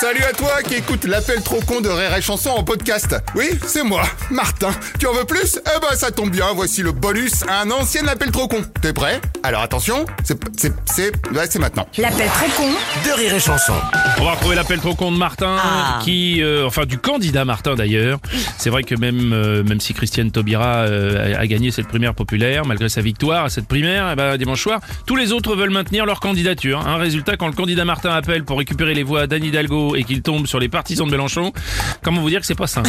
Salut à toi qui écoute l'appel trop con de Rire et Chanson en podcast. Oui, c'est moi, Martin. Tu en veux plus Eh ben ça tombe bien, voici le bonus à un ancien appel trop con. T'es prêt Alors attention, c'est c'est c'est ouais, c'est maintenant. L'appel très con. De Rire et Chanson. On va retrouver l'appel trop con de Martin, Ah. qui, euh, enfin du candidat Martin d'ailleurs. C'est vrai que même, euh, même si Christiane Taubira euh, a a gagné cette primaire populaire, malgré sa victoire à cette primaire, eh ben, dimanche soir, tous les autres veulent maintenir leur candidature. hein. Un résultat, quand le candidat Martin appelle pour récupérer les voix d'Anne Hidalgo et qu'il tombe sur les partisans de Mélenchon, comment vous dire que c'est pas simple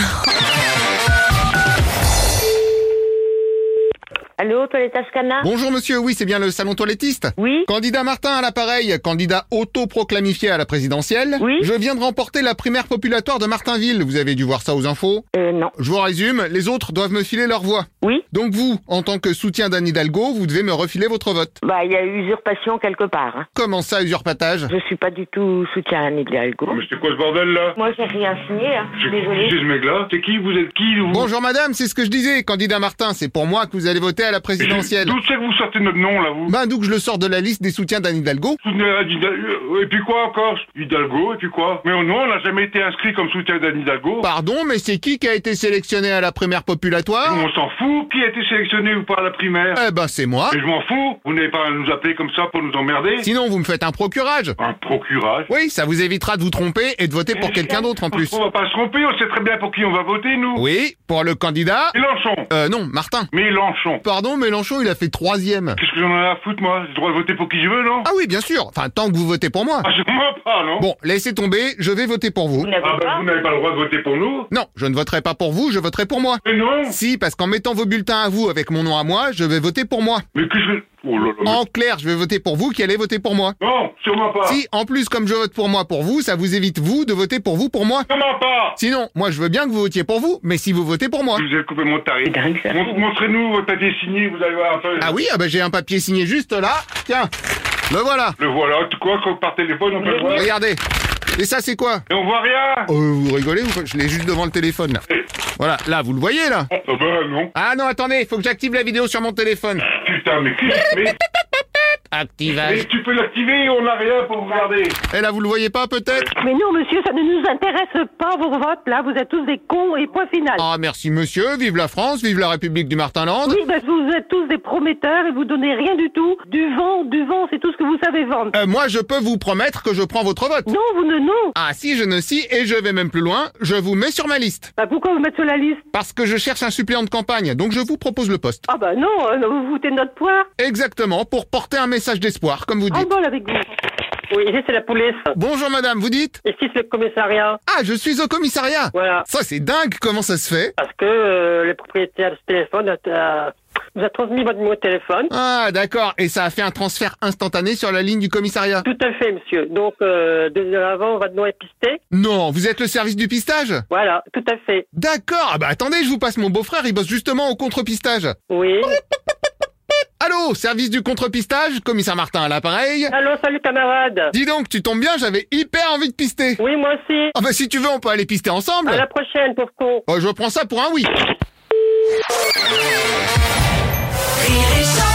Allô, Toilette Ascana Bonjour monsieur, oui, c'est bien le salon toilettiste Oui. Candidat Martin à l'appareil, candidat autoproclamifié à la présidentielle. Oui. Je viens de remporter la primaire populatoire de Martinville. Vous avez dû voir ça aux infos. Euh, non. Je vous résume, les autres doivent me filer leur voix. Oui Donc vous, en tant que soutien d'Anne Hidalgo, vous devez me refiler votre vote. Bah, il y a eu usurpation quelque part. hein. Comment ça, usurpatage Je suis pas du tout soutien à Anne Hidalgo. Ah, Mais c'est quoi ce bordel là Moi, j'ai rien signé, hein. Je suis C'est qui désolée. c'est ce mec là C'est qui Vous êtes qui vous Bonjour madame, c'est ce que je disais, candidat Martin, c'est pour moi que vous allez voter à la présidentielle. D'où c'est que vous sortez notre nom là vous Ben donc je le sors de la liste des soutiens d'Anne Hidalgo. Soutenez Anne Hidalgo- euh, Et puis quoi encore Hidalgo, et puis quoi Mais nous, on n'a jamais été inscrit comme soutien d'Anne Hidalgo. Pardon, mais c'est qui qui a été sélectionné à la primaire populatoire Nous, on s'en fout qui a été sélectionné ou pas à la primaire. Eh ben c'est moi. Et je m'en fous, vous n'avez pas à nous appeler comme ça pour nous emmerder. Sinon vous me faites un procurage. Un procurage. Oui, ça vous évitera de vous tromper et de voter pour quelqu'un d'autre en plus. On va pas se tromper, on sait très bien pour qui on va voter nous. Oui, pour le candidat... Mélenchon Euh non, Martin. Mélenchon Pardon, Mélenchon, il a fait troisième. Qu'est-ce que j'en ai à foutre moi J'ai le droit de voter pour qui je veux, non Ah oui, bien sûr. Enfin, tant que vous votez pour moi. Ah, sûrement pas, non Bon, laissez tomber, je vais voter pour vous. Vous n'avez Ah bah pas vous n'avez pas le droit de voter pour nous Non, je ne voterai pas pour vous, je voterai pour moi. Mais non Si, parce qu'en mettant vos bulletins à vous avec mon nom à moi, je vais voter pour moi. Mais qu'est-ce que... Oh là là, mais- En clair, je vais voter pour vous qui allez voter pour moi. Non, sûrement pas Si, en plus, comme je vote pour moi pour vous, ça vous évite, vous, de voter pour vous pour moi. Sûrement pas Sinon, moi, je veux bien que vous votiez pour vous, mais si vous votez pour moi. Je vous ai coupé mon tarif. C'est dingue, ça. Mon- Montrez-nous votre papier signé, vous allez voir. Enfin, Ah oui, ah bah, j'ai un papier signé juste là. Tiens, le voilà. Le voilà, tu quoi, quoi, par téléphone, on peut le voir. Et Regardez. Et ça, c'est quoi on voit rien Euh, vous rigolez ou quoi Je l'ai juste devant le téléphone, là. Voilà, là, vous le voyez, là Ah bah non. Ah non, attendez, faut que j'active la vidéo sur mon téléphone. Putain, mais qu'est-ce que... Mais, mais Activage. tu peux l'activer, on n'a rien pour regarder. Et là, vous le voyez pas, peut-être Mais non, monsieur, ça ne nous intéresse pas, vos votes, là. Vous êtes tous des cons et point final. Ah, merci, monsieur. Vive la France, vive la République du Martinland. Oui, ben, vous êtes tous des prometteurs et vous donnez rien du tout. Du vent, du vent, c'est tout ce que vous savez vendre. Euh, moi, je peux vous promettre que je prends votre vote. Non, vous ne, non. Ah si, je ne si, et je vais même plus loin, je vous mets sur ma liste. Bah, pourquoi vous mettre sur la liste Parce que je cherche un suppléant de campagne, donc je vous propose le poste. Ah, bah non, euh, non, vous vous foutez de notre poire. Exactement, pour porter un message d'espoir, comme vous En dites. bol avec vous. Oui, c'est la police. Bonjour madame, vous dites Ici, c'est le commissariat. Ah, je suis au commissariat Voilà. Ça c'est dingue, comment ça se fait Parce que euh, le propriétaire du téléphone vous a transmis votre numéro de téléphone. Ah d'accord, et ça a fait un transfert instantané sur la ligne du commissariat. Tout à fait, monsieur. Donc, deux heures avant, votre nom est pisté. Non, vous êtes le service du pistage Voilà, tout à fait. D'accord, ah bah attendez, je vous passe mon beau-frère, il bosse justement au contre-pistage. Oui. Allô, service du contre-pistage, commissaire Martin à l'appareil. Allô, salut camarade. Dis donc, tu tombes bien, j'avais hyper envie de pister. Oui, moi aussi. Ah bah si tu veux, on peut aller pister ensemble. À la prochaine, pauvre con. Oh, je prends ça pour un oui. Rire et chanson.